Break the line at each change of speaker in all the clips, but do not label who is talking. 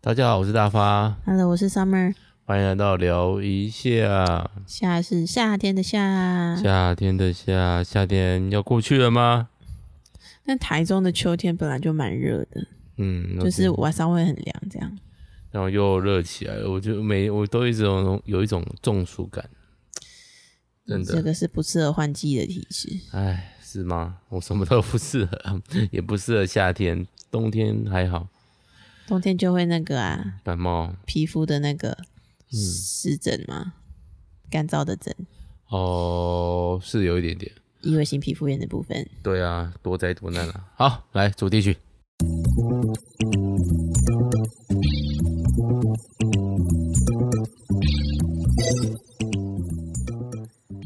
大家好，我是大发，
Hello，我是 Summer，
欢迎来到聊一下
夏是夏天的夏。
夏天的夏，夏天要过去了吗？
那台中的秋天本来就蛮热的，
嗯，
就是晚上会很凉，这样。
然后又热起来了，我就每我都一直有种有一种中暑感，真
这
的，
个是不适合换季的体质。
哎，是吗？我什么都不适合， 也不适合夏天，冬天还好，
冬天就会那个啊，
感冒
皮肤的那个
嗯
湿疹嘛，干燥的疹，
哦，是有一点点。
异位性皮肤炎的部分。
对啊，多灾多难啊！好，来主题曲。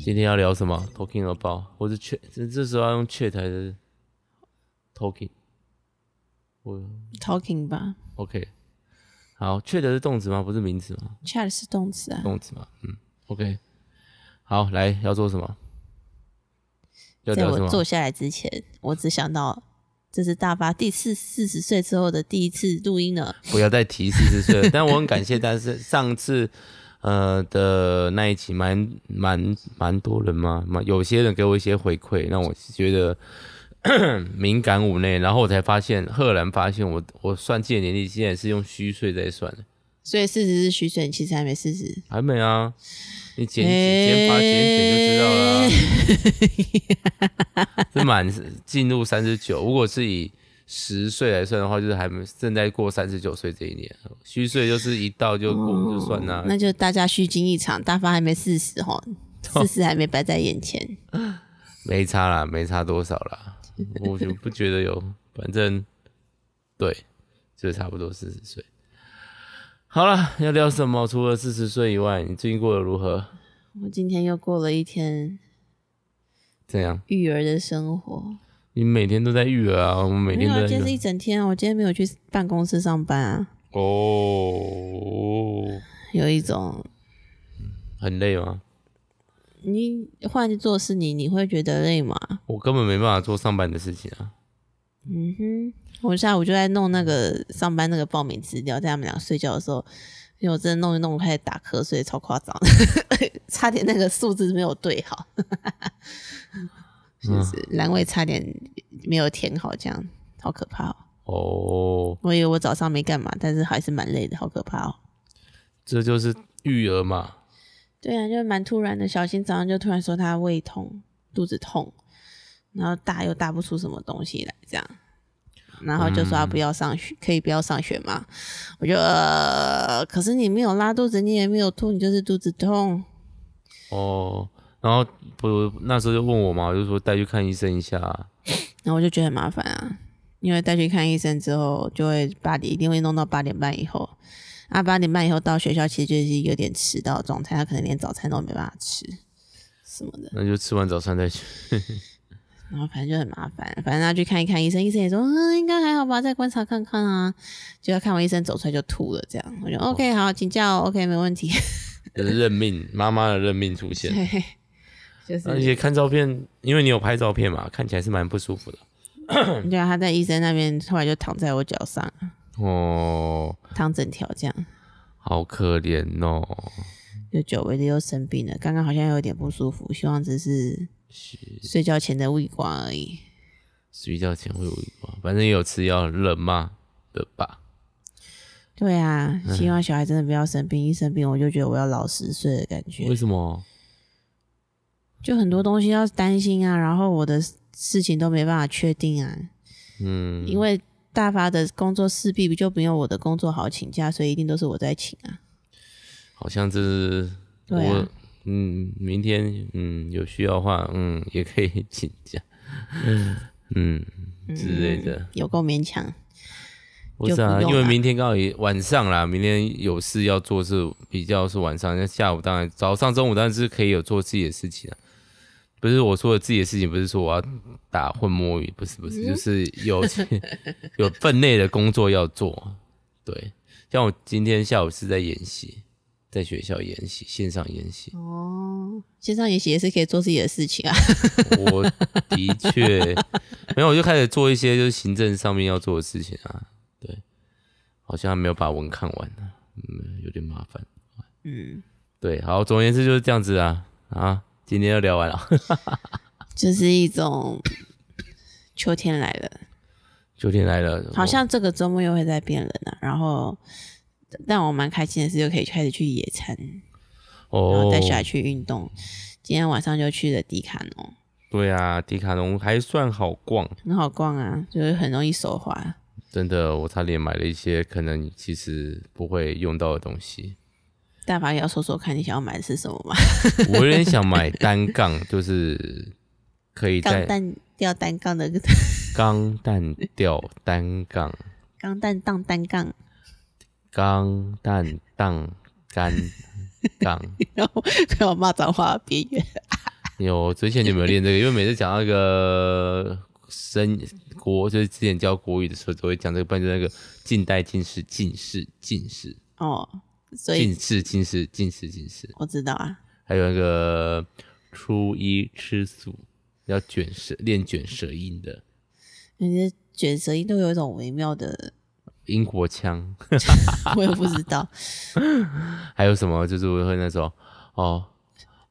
今天要聊什么？Talking about，或是 chat，这这时候要用 chat 还是 talking？我
Talking 吧
OK，好，chat 是动词吗？不是名词吗？
，chat 是动词啊。
动词吗？嗯，OK，好，来要做什么？要
在
聊什
我
么？
坐下来之前，我只想到这是大发第四四十岁之后的第一次录音了。
不要再提四十岁了。 但我很感谢，但是上次呃的那一期蛮蛮蛮多人嘛，蛮有些人给我一些回馈，让我觉得 敏感五内，然后我才发现，赫然发现我我算计的年龄竟然是用虚岁在算的，
所以四十是虚岁，你其实还没四十。
还没啊？你减减法减减就知道了、啊。是满进入三十九。如果是以十岁来算的话，就是还没正在过三十九岁这一年，虚岁就是一到就过、就算啦、
哦那就大家虚惊一场，大发还没四十 哈，四十还没摆在眼前。
没差啦，没差多少啦，我就不觉得有，反正对，就差不多四十岁。好了，要聊什么？除了四十岁以外，你最近过得如何？
我今天又过了一天
怎样？
育儿的生活，
你每天都在育儿啊？我们每
没
天
有啊，
都在
今天是
育
一整天啊，我今天没有去办公室上班啊，
儿哦，
有一种
很累吗？
你换做是你，你会觉得累吗？
我根本没办法做上班的事情啊。
嗯哼，我下午就在弄那个上班那个报名资料，在他们俩睡觉的时候，因为我真的弄一弄我开始打瞌睡，超夸张， 差点那个数字没有对好， 就是栏位差点没有填好，这样好可怕哦！
哦，
我以为我早上没干嘛，但是还是蛮累的，好可怕哦。
这就是育儿嘛。
对啊，就是蛮突然的。小新早上就突然说他胃痛、肚子痛，然后大又大不出什么东西来，这样，然后就说啊他不要上学，可以不要上学嘛。我就呃，可是你没有拉肚子，你也没有吐，你就是肚子痛。
哦，然后不那时候就问我嘛，我就说带去看医生一下啊、
然后我就觉得很麻烦啊，因为带去看医生之后，就会八点一定会弄到八点半以后。啊，八点半以后到学校，其实就是有点迟到的状态，他可能连早餐都没办法吃什么的。
那就吃完早餐再去。
然后反正就很麻烦，反正他去看一看医生，医生也说嗯应该还好吧，再观察看看啊。结果看完医生走出来就吐了，这样我就 OK 好，请假哦 OK 没问题。
就是认命，妈妈的认命出现。
对，就是
而且看照片，因为你有拍照片嘛，看起来是蛮不舒服的。
对啊，他在医生那边后来就躺在我脚上，
哦，
躺整条这样，
好可怜哦。
就久违的又生病了。刚刚好像有点不舒服，希望只是睡觉前的胃刮而已。
睡觉前会有一挂，反正也有吃药，冷嘛，冷吧。
对啊，希望小孩真的不要生病，一生病我就觉得我要老十岁的感觉
为。什么？
就很多东西要担心啊，然后我的事情都没办法确定啊。
嗯，
因为大发的工作势必就没有我的工作好请假，所以一定都是我在请啊。
好像这是
对啊
我嗯，明天嗯有需要的话，嗯也可以请假，嗯之类的。
嗯有够勉强。
不是啊，
就不用
因为
啦
明天刚好也晚上啦，明天有事要做是比较是晚上，那下午当然早上中午当然是可以有做自己的事情啊。不是我说的自己的事情，不是说我要打混摸鱼，不是不
嗯
是，就是有 有分内的工作要做。对，像我今天下午是在演习，在学校演习，线上演习。
哦，线上也习也是可以做自己的事情啊。
我的确没有，我就开始做一些就是行政上面要做的事情啊。对，好像还没有把文看完呢，嗯，有点麻烦。
嗯，
对，好，总而言之就是这样子啊啊，今天就聊完了，
就是一种秋天来了，
秋天来了，
好像这个周末又会再变冷啊。然后，但我蛮开心的是，又可以开始去野餐，然
哦
后，带小孩去运动。今天晚上就去了迪卡侬，
对啊，迪卡侬还算好逛，
很好逛啊，就是很容易手滑。
真的，我差点买了一些可能其实不会用到的东西。
大法要说说看你想要买的是什么吗？
我有点想买单杠，就是可以
钢
在
弹吊单杠的
钢弹吊单杠、
钢弹荡单杠，
钢弹荡 杆杠。
然后被我骂脏话的边缘。
有之前你有没有练这个？因为每次讲那个生国，就是之前教国语的时候，都会讲这个，不然就那个近代近视、近视、近视、
哦，所以
近视、近视、近视、近视。
我知道啊，
还有那个初一吃素，要卷舌练卷舌音的
你的卷舌音都有一种微妙的，
英国腔，
我也不知 道。
还有什么就是我会那种哦，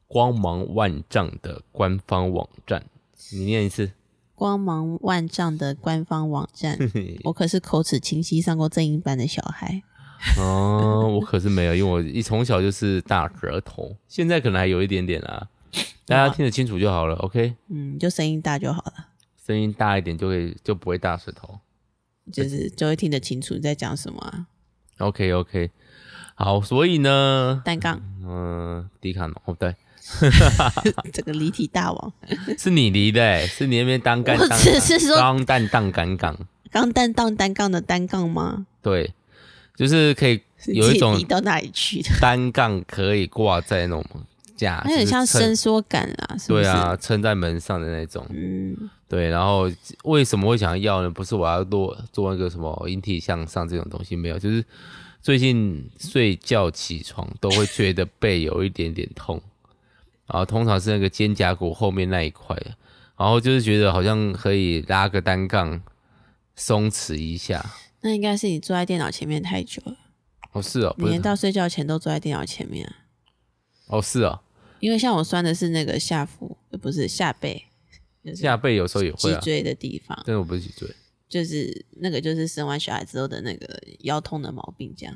光芒万丈的官方网站，你念一次，
光芒万丈的官方网站，我可是口齿清晰、上过正音班的小孩。
哦，我可是没有，因为我一从小就是大舌头，现在可能还有一点点啦、大家听得清楚就好了，OK，
嗯，就声音大就好了，
声音大一点就可以就不会大舌头。
就是就会听得清楚你在讲什么、啊。
OK OK，好，所以呢，
单杠，
嗯、迪卡侬哦，对，
这个离体大王，
是你离的、欸，是你那边当干
我
当杆
只是说
当蛋当杆杠，
钢弹荡单杠的单杠吗？
对，就是可以有一
自己
种
离到哪里去的？
单杠可以挂在那种架，
它有点像
就是撑
伸缩感啦，是不是？
对啊，撑在门上的那种。
嗯，
对，然后为什么会想要呢？不是我要做做那个什么引体向上这种东西没有，就是最近睡觉起床都会觉得背有一点点痛，然后通常是那个肩胛骨后面那一块，然后就是觉得好像可以拉个单杠松弛一下。
那应该是你坐在电脑前面太久了，
哦，是哦，
你
不是
连到睡觉前都坐在电脑前面啊。
哦，是哦，
因为像我酸的是那个下腹，呃不是下背，就是
下背有时候也会
脊
啊，
椎的地方，
但是我不是脊椎，
就是那个就是生完小孩之后的那个腰痛的毛病，这样。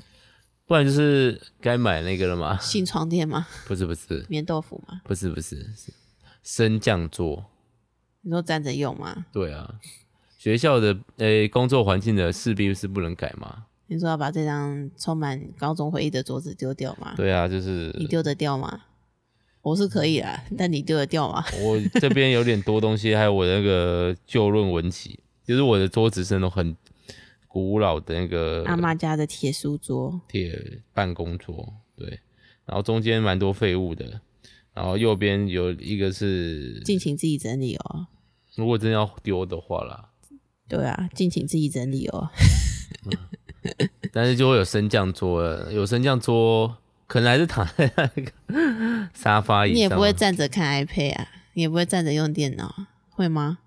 不然就是该买那个了吗？
性床垫吗？
不是不是
棉豆腐吗？
不是不是，是升降桌。
你说站着用吗？
对啊，学校的呃、工作环境的势必是不能改嘛。
你说要把这张充满高中回忆的桌子丢掉吗？
对啊，就是
你丢得掉吗？我是可以啦，但你丢得掉吗？
我这边有点多东西，还有我那个旧论文集，就是我的桌子是那种很古老的那个
阿妈家的铁书桌，
铁办公桌，对，然后中间蛮多废物的，然后右边有一个是，
尽情自己整理哦。
如果真要丢的话啦，
对啊，尽情自己整理哦。
但是就会有升降桌了，有升降桌，可能还是躺在那个沙发椅上，啊
你也不会站着看 iPad 啊，你也不会站着用电脑啊，会吗？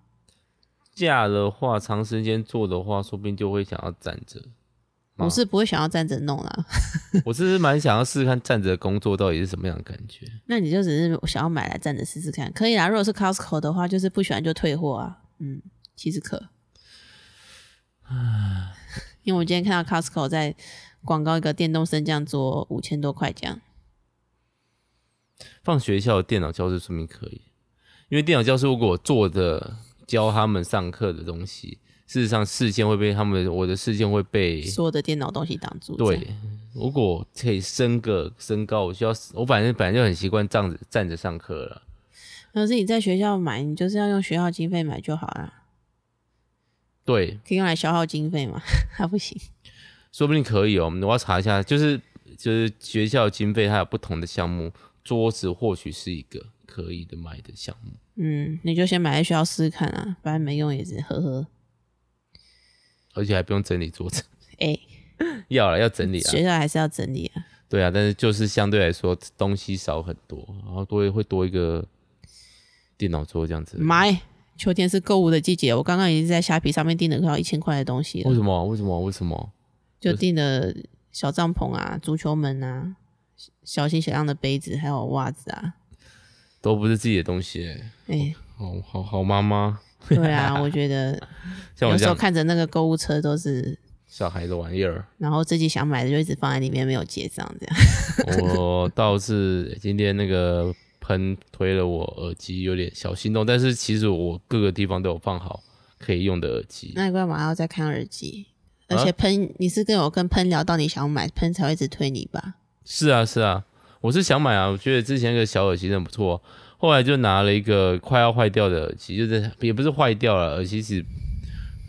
架的话，长时间坐的话，说不定就会想要站着。 吗
我是不会想要站着弄啦。
我是蛮想要试试看站着工作到底是什么样的感觉。
那你就只是想要买来站着试试看，可以啦。如果是 Costco 的话，就是不喜欢就退货啊。嗯，其实 可。因为我今天看到 Costco 在广告一个电动升降桌五千多块这样，
放学校的电脑教室说明可以，因为电脑教室如果我坐着教他们上课的东西，事实上视线会被他们我的视线会被
所有的电脑东西挡住。这
对
样，。
如果可以升个升高，我需要我反正本来就很习惯这样子站着上课了。
可是你在学校买，你就是要用学校经费买就好啦，
对，
可以用来消耗经费嘛？ 还不行，
说不定可以哦。我要查一下，就是就是学校经费它有不同的项目，桌子或许是一个可以的买的项目。
嗯，你就先买来学校试试看啊，反正没用也是，呵呵。
而且还不用整理桌子，
哎、
要了要整理啊，
学校还是要整理啊。
对啊，但是就是相对来说东西少很多，然后多会多一个电脑桌这样子。
买，秋天是购物的季节，我刚刚已经在虾皮上面订了快要一千块的东西
为
了，
什么？为什么？为什么？
就订了小帐篷啊、足球门啊、小心小样的杯子，还有袜子啊。
都不是自己的东西、
哎、
好好好妈妈，
对啊，我觉得
像我
有
这
时候
样
看着那个购物车都是，
小孩的玩意儿，
然后自己想买的就一直放在里面没有结账，这样
我倒是今天那个喷推了我耳机，有点小心动，但是其实我各个地方都有放好可以用的耳机。
那你干嘛要再看耳机？而
啊
且喷、你是跟我跟喷聊到你想买，喷才会一直推你吧？
是啊，是啊，我是想买啊，我觉得之前那个小耳机很不错，后来就拿了一个快要坏掉的耳机，就是也不是坏掉了，耳机是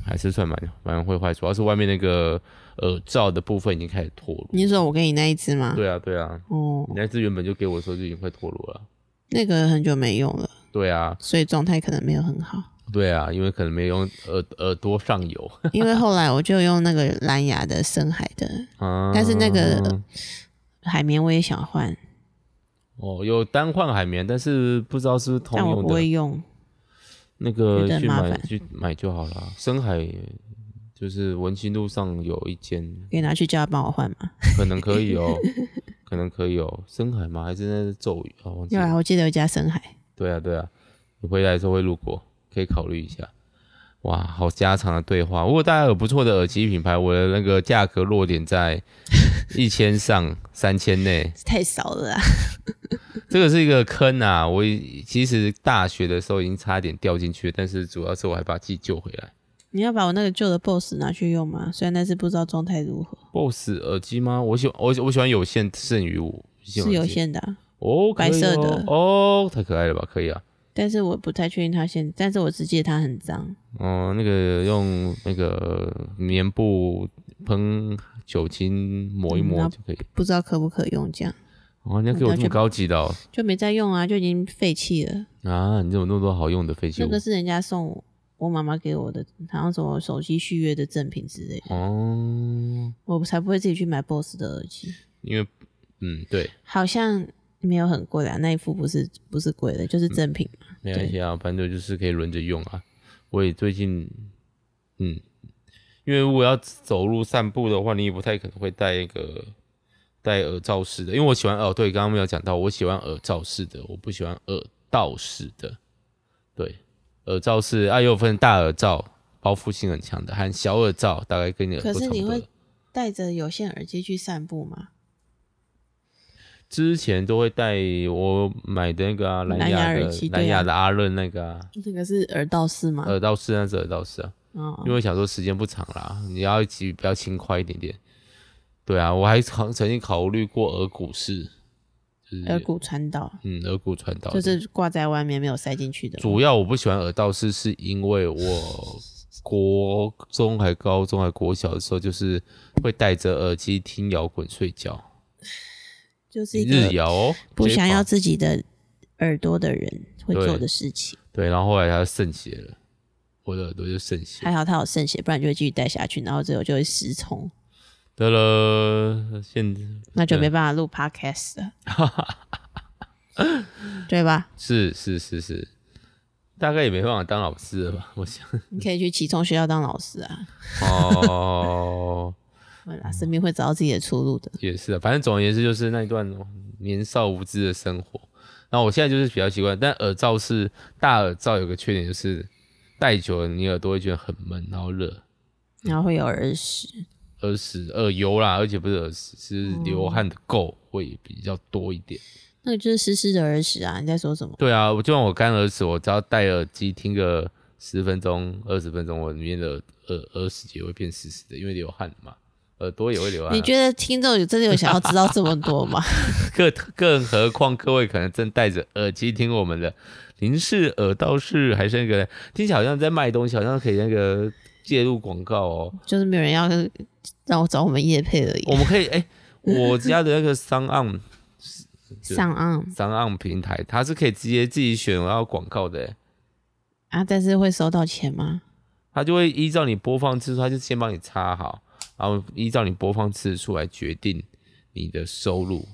还是算蛮蛮会坏，主要是外面那个耳罩的部分已经开始脱落。
你是说我给你那一只吗？
对啊，对啊，
哦，
你那只原本就给我的时候就已经快脱落了。
那个很久没用了，
对啊，
所以状态可能没有很 好。
对啊，因为可能没用耳耳朵上游
因为后来我就用那个蓝牙的深海的
啊，
但是那个海绵，我也想换，
哦有单换海绵，但是不知道是不是通
但我
用
不
的
会，用。
那个
觉得很
去
麻
买
烦
去买就好了。深海就是文心路上有一间，
可以拿去叫他帮我换吗？
可能可以 哦，可能可以哦，深海吗？还是那是咒语啊？忘记
要来，
了。
我记得有一家深海，
对啊，对啊，你回来的时候会路过，可以考虑一下。哇，好家常的对话。如果大家有不错的耳机品牌，我的那个价格落点在一千上三千内，
太少了 啊！
这个是一个坑啊！我已其实大学的时候已经差点掉进去了，但是主要是我还把自己救回来。
你要把我那个旧的 BOSS 拿去用吗？虽然那是不知道状态如何，
BOSS 耳机吗？我喜欢我喜我喜欢有线胜于无线耳
是
机
有线的啊、
哦，可以
白色
哦
的
哦，太可爱了吧？可以啊，
但是我不太确定它现，但是我只记得它很脏。
哦，那个用那个棉布喷酒精抹一抹
嗯
就可以。
不知道可不可用，这样
哦，你要给我这么高级的哦
就没再用啊，就已经废弃了。
啊！你怎么那么多好用的废弃
嗯那
物
个？是人家送我我妈妈给我的，好像什么手机续约的赠品之类的，
哦，
我才不会自己去买 BOSS 的耳机，
因为嗯，对，
好像没有很贵啊，那一副不是不是贵的，
嗯
就是赠品嘛。
没关系啊，反正就是可以轮着用啊。我也最近，嗯，因为如果要走路散步的话，你也不太可能会戴一个戴耳罩式的，因为我喜欢哦，对，刚刚没有讲到，我喜欢耳罩式的，我不喜欢耳道式的。对，耳罩式啊，也有分大耳罩，包覆性很强的，和小耳罩，大概跟你耳朵
可
差
是
不
你
多
会
的。
戴着有线耳机去散步吗？
之前都会戴我买的那个啊，蓝
蓝牙
牙的
耳机对啊啊
蓝牙的阿润那个啊，
那个是耳道式吗？
耳道式那是耳道式啊。
哦
因为想说时间不长啦，你要骑比较轻快一点点。对啊，我还曾曾经考虑过耳骨式，就是
耳骨传导，
嗯耳骨传导的，
就是挂在外面没有塞进去的。
主要我不喜欢耳道式，是因为我国中还高中还国小的时候，就是会戴着耳机听摇滚睡觉，
就是一
日
个
摇哦
不想要
J-pop
自己的耳朵的人会
对
做的事情。
对，然后后来它渗血了，我的耳朵就渗血
还，好他有渗血，不然就会继续戴下去，然后最后就会失聪，
得了，现
那就
对
没办法录 podcast 了， 对吧？
是是是是，大概也没办法当老师了吧，我想。
你可以去启聪学校当老师啊，
哦，
会啦，生命会找到自己的出路的。
也是啊， 反正总而言之就是那一段年少无知的生活。然后我现在就是比较习惯，但耳罩是大耳罩，有个缺点就是戴久了你耳朵会觉得很闷，然后热，
然后会有耳屎，
耳屎耳油啦，而且不是耳屎，是流汗的垢会比较多一点。
那个就是湿湿的耳屎啊！你在说什么？
对啊，我就算我干耳屎，我只要戴耳机听个十分钟、二十分钟，我里面的耳耳屎也会变湿湿的，因为流汗嘛，耳朵也会流汗啊、
你觉得听众有真的有想要知道这么多吗？
更更何况各位可能正戴着耳机听我们的，您是耳道是还是那个听起来好像在卖东西，好像可以那个介入广告哦。
就是没有人要让我找我们叶配而
我
已。
们可以哎、我家的那个商岸
上岸
商岸平台，它是可以直接自己选我要广告的、哎
啊，但是会收到钱吗？
它就会依照你播放次数，它就先帮你插好，然后依照你播放次数来决定你的收入。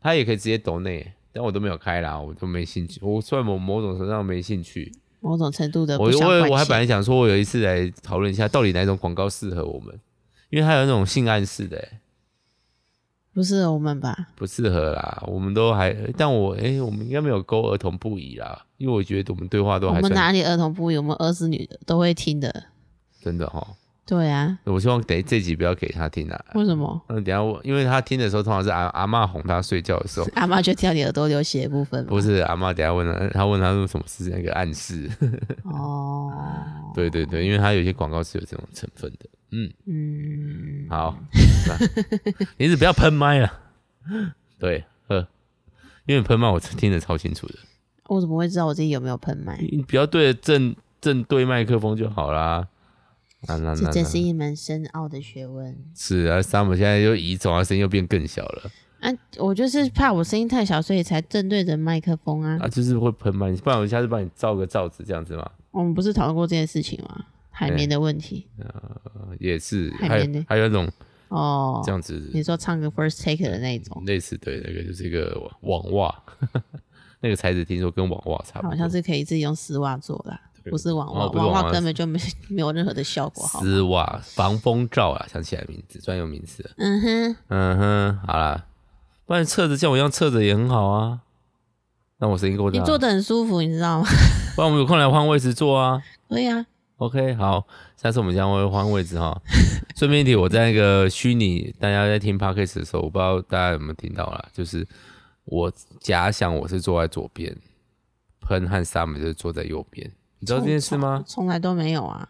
它也可以直接抖内，但我都没有开啦，我都没兴趣。我虽然我某种程度上没兴趣，
某种程度的
我
不相
我
关
我还
性
本来想说，我有一次来讨论一下，到底哪一种广告适合我们，因为它有那种性暗示的、欸，
不是我们吧？
不适合啦。我们都还，但我哎、我们应该没有勾儿童不宜啦，因为我觉得我们对话都
我
还
们
算
哪里儿童不宜？我们儿子女的都会听的。
真的哈。
对啊，
我希望等这集不要给他听啊。
为什么？
那等一下我，因为他听的时候通常是阿阿嬷哄他睡觉的时候，
阿妈就挑你耳朵流血的部分吗
不是阿嬷等一下问他，他问他说什么是那个暗示。
嗯哦，
对对对，因为它有些广告是有这种成分的。
嗯，
好，那你只不要喷麦了。对，呃，因为你喷麦我听得超清楚的，
我怎么会知道我自己有没有喷麦？
你你不要对着正正对麦克风就好啦。啊那
这
那
真是一门深奥的学问。
是啊，Summer 现在又移走，他声音又变更小了
啊，我就是怕我声音太小，所以才正对着麦克风啊。
嗯啊，就是会喷麦，不然我下次帮你照个罩子这样子嘛。
我们不是讨论过这件事情吗？海绵的问题。
呃也是，
海
还
绵
有
呢
还有那种
哦
这，样嗯子
你说唱歌 first take 的那种，
类似，对，那个就是一个网袜， 那个材质听说跟网袜差不多，
好像是可以自己用丝袜做的啊，不是网袜，
哦不是
网
网袜
袜根本就没没有任何的效果，好吗。
丝袜防风罩啊，想起来名字，专有名词。啊
嗯哼，
嗯哼，好啦，不然侧着像我一样侧着也很好啊。那我声音够大
你，坐的很舒服，你知道吗？
不然我们有空来换位置坐啊。
可以啊，
OK，好，下次我们将会换位置 哈。顺便一提，我在那个虚拟，大家在听 podcast 的时候，我不知道大家有没有听到啦，就是我假想我是坐在左边，喷和 Sam 就是坐在右边，你知道这件事吗
从？从来都没有啊，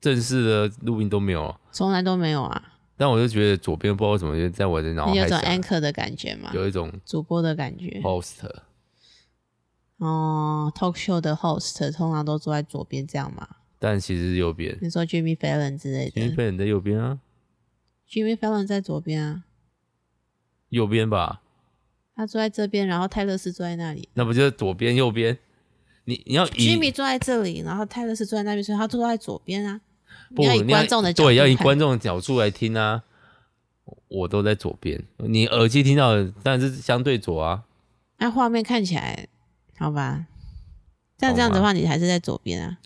正式的录音都没有，
从来都没有啊，
但我就觉得左边不知道为什么，就在我的脑
你有
海
种
想
anchor 的感觉嘛，
有一种
主播的感觉。
host，
哦，talk show 的 host 通常都坐在左边这样嘛？
但其实是右边，
你说 Jimmy Fallon 之类
因为
的
被人在右边啊，
，Jimmy Fallon 在左边啊，
右边吧，
他坐在这边，然后泰勒斯坐在那里。
那不就是左边右边？你你要以
Jimmy 坐在这里，然后泰勒斯坐在那边，所以他坐在左边啊。
不，
你要以
你
观众的角度
对，要以
看
观众的角度来听啊。我都在左边，你耳机听到的当然是相对左啊。
那画面看起来，好吧？但这样子的话，你还是在左边啊，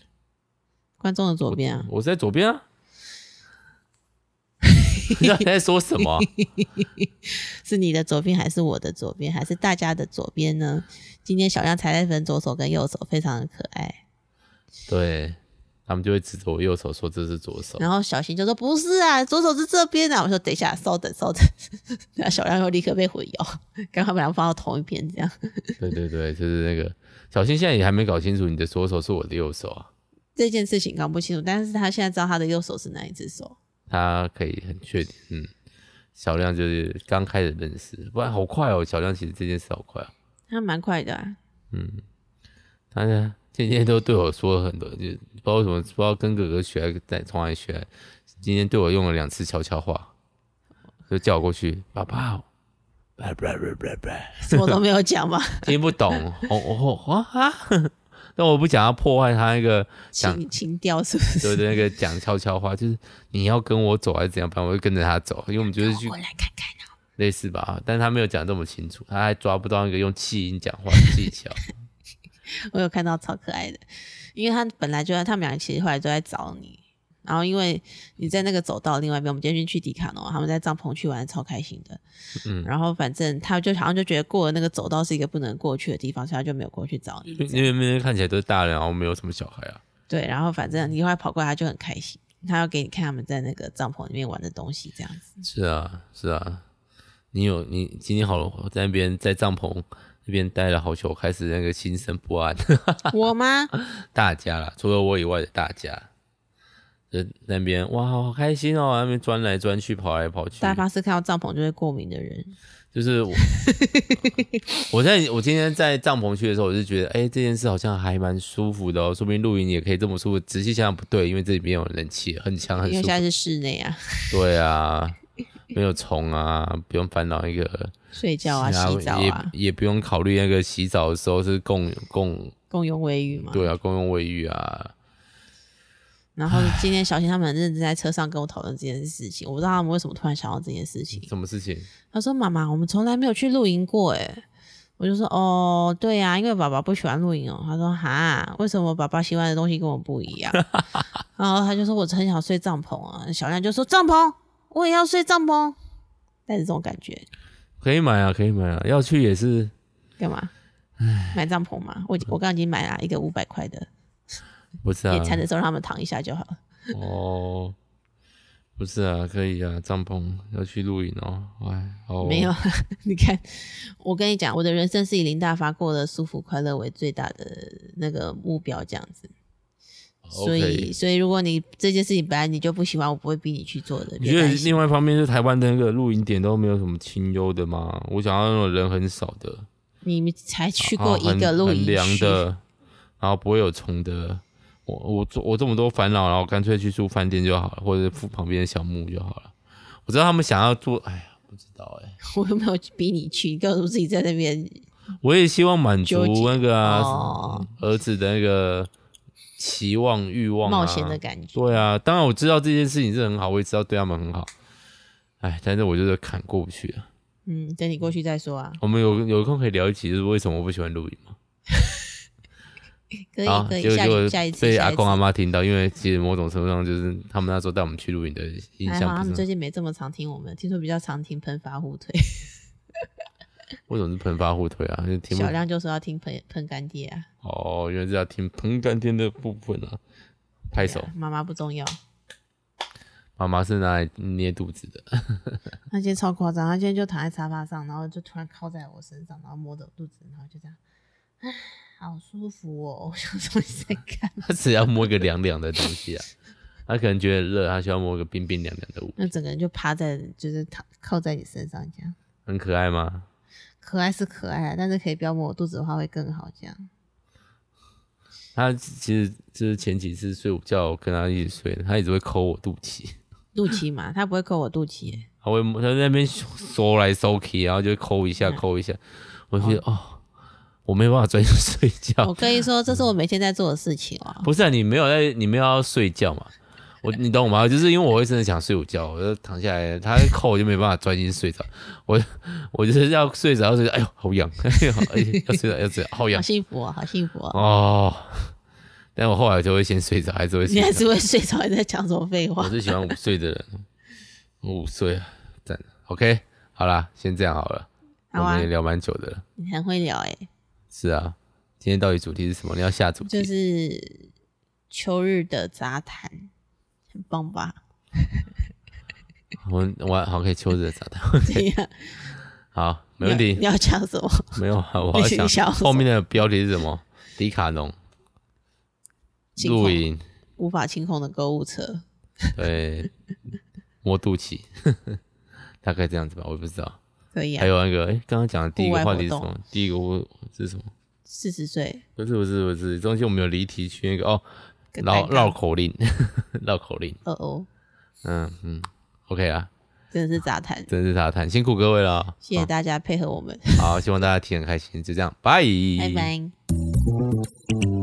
观众的左边啊。
我是在左边啊。 你到底在说什么啊？
是你的左边还是我的左边，还是大家的左边呢？今天小亮才在分左手跟右手，非常的可爱。
对他们就会指着我右手说这是左手。
然后小新就说：“不是啊，左手是这边啊。”我说：“等一下，稍等，稍等。” 然后小亮又立刻被混淆，刚他们俩放到同一边这样。
对对对，就是那个小新现在也还没搞清楚你的左手是我的右手啊，
这件事情搞不清楚，但是他现在知道他的右手是哪一只手。
他可以很确定。嗯，小亮就是刚开始认识，不然好快哦。小亮其实这件事好快啊。
他蛮快的、啊，
他呢，天天都对我说很多，就不知道为什么，不知道跟哥哥学，在从哪里学。今天对我用了两次悄悄话，就叫我过去，爸爸，叭叭叭叭叭，
什么都没有讲嘛，
听不懂，哦哦啊啊！ 但我不想要破坏他那个 讲
情情调是不是？
对对那个讲悄悄话，就是你要跟我走还是怎样，反正我就跟着他走，因为我们就是去
我来看看啊，
类似吧，但他没有讲这么清楚，他还抓不到那个用气音讲话的技 巧。
我有看到超可爱的，因为他本来就在，他们俩其实后来都在找你，然后因为你在那个走道另外一边，我们今天去迪卡侬，他们在帐篷区玩的超开心的，嗯，然后反正他就好像就觉得过了那个走道是一个不能过去的地方，所以他就没有过去找你，
因为那边看起来都是大人，然后没有什么小孩啊。
对，然后反正你后来跑过来，他就很开心。他要给你看他们在那个帐篷里面玩的东西，这样子。
是啊，是啊，你有你今天好了，在那边在帐篷那边待了好久，开始那个心生不安。
我吗？
大家啦，除了我以外的大家，就那边哇，好开心哦，那边钻来钻去，跑来跑去，
大发是看到帐篷就会过敏的人。
就是 我，我在我今天在帐篷区的时候，我就觉得，哎、这件事好像还蛮舒服的哦，说不定露营也可以这么舒服。仔细想想不对，因为这里面有冷气，很强，很
因为
舒
现
服。
在是室内啊，
对啊，没有虫啊，不用烦恼一个
睡觉啊、
然后
洗澡啊、
也也不用考虑那个洗澡的时候是共共
共用卫浴嘛。
对啊共用卫浴啊，
然后今天小新他们很认真在车上跟我讨论这件事情，我不知道他们为什么突然想到这件事情。
什么事情？
他说：“妈妈，我们从来没有去露营过。”哎，我就说：“哦，对呀、因为爸爸不喜欢露营哦。”他说：“哈，为什么爸爸喜 欢的东西跟我不一样？”然后他就说：“我很想睡帐篷啊。”小亮就说：“帐篷我也要睡帐篷，带着这种感觉
可以买啊，可以买啊，要去也是
干嘛？买帐篷嘛，我已经我刚刚已经买了一个五百块的，
不是啊
野？餐的时候让他们躺一下就好了。
哦，不是啊，可以啊，帐篷要去露营哦，哎，哦，
没有，， 你看，我跟你讲，我的人生是以林大发过的舒服快乐为最大的那个目标，这样子。所以，所以如果你这件事情本来你就不喜欢，我不会逼你去做的。
你
别
觉得
担心
另外一方面，是台湾的那个露营点都没有什么清幽的吗？我想要那种人很少的，
你们才去
然后
过一
啊很
个露营
很凉
区，
的，然后不会有虫的。我我做我这么多烦恼，然后干脆去住饭店就好了，或者住旁边的小木屋就好了。我知道他们想要做，哎呀，不知道哎、
我又没有逼你去，你告诉我自己在那边
我也希望满足
纠结
那个啊、
哦
儿子的那个期望欲望、啊、
冒险的感觉。
对啊，当然我知道这件事情是很好，我也知道对他们很好。哎，但是我就是坎过不去了。
嗯，等你过去再说啊，
我们有有空可以聊一集，就是为什么我不喜欢露营嘛？
可以
啊，
可
结果
以，下
结
一
果
下一次
被
下
阿
一
公阿
次。
妈听到，因为其实某种程度上就是他们那时候带我们去露营的印
还好
象
他
不
们
是
最
很。
近没这么常听我们，听说比较常听喷发护腿。
为什么是喷发护腿啊？就听不
小亮就说要听喷喷干爹啊，
哦，原来是要听喷干天的部分啊。拍手，
哎妈妈不重要。
妈妈是拿来捏肚子的。
他今天超夸张，他今天就躺在沙发上，然后就突然靠在我身上，然后摸着我肚子，然后就这样，唉，好舒服哦。 我想说你在干嘛？
她只要摸一个凉凉的东西啊，她可能觉得热，她需要摸一个冰冰凉凉的物，
那整个人就趴在，就是躺靠在你身上这样，
很可爱吗？
可爱是可爱啊，但是可以不要摸我肚子的话会更好这样。
她其实就是前几次睡午觉，我跟她一起睡，她一直会抠我肚脐。
肚脐嘛，他不会抠我肚脐耶，
他会他在那边搜来搜去，然后就会抠一下
嗯
抠一下，我就觉得哦，我没有办法专心 睡
我
觉。
跟你说，这是我每天在做的事情哦。
不是啊，你没有在，你没有要睡觉嘛？我你懂我吗？就是因为我会真的想睡午觉，我就躺下来，他在抠我就没办法专心睡着。我我就是要睡着，要睡着，哎呦好痒，哎呦好哎要睡着要睡着，好
好
痒
幸福哦，好幸福哦！
哎哦。但我后来就会先睡着，还是会
你
睡
还
着。
是会睡着，还在讲什么废
我
话？
是喜欢午睡的人，我午睡啊，赞。OK，好啦，先这样好了，
好
我
啊
们也聊蛮久的了。
你很会聊哎，
是啊，今天到底主题是什么？你要下主题？
就是秋日的杂谈，很棒吧？
我们我好可以秋日的找到。
对呀、
好，没问题
你。要你要讲什么？
没有啊，我要
你想
想
要什么
后面的标题是什么？迪卡侬
清空
露营，
无法清空的购物车，
对，摸肚脐，大概这样子吧，我也不知道。
可以
还
啊。
有那个，哎，刚刚讲的第一
户
个
外
话
活
题是什
动
么？第一个我是什么？
四十岁
不是不是不是，中间我们有离题去那个哦，
跟
绕
蛋糕
绕口令， 绕口令，
哦哦，
嗯嗯，OK 啊，
真的是杂谈。
真是他谈，辛苦各位了啊，
谢谢大
嗯
家配合我们，
好，希望大家听得开心，就这样，拜
拜拜。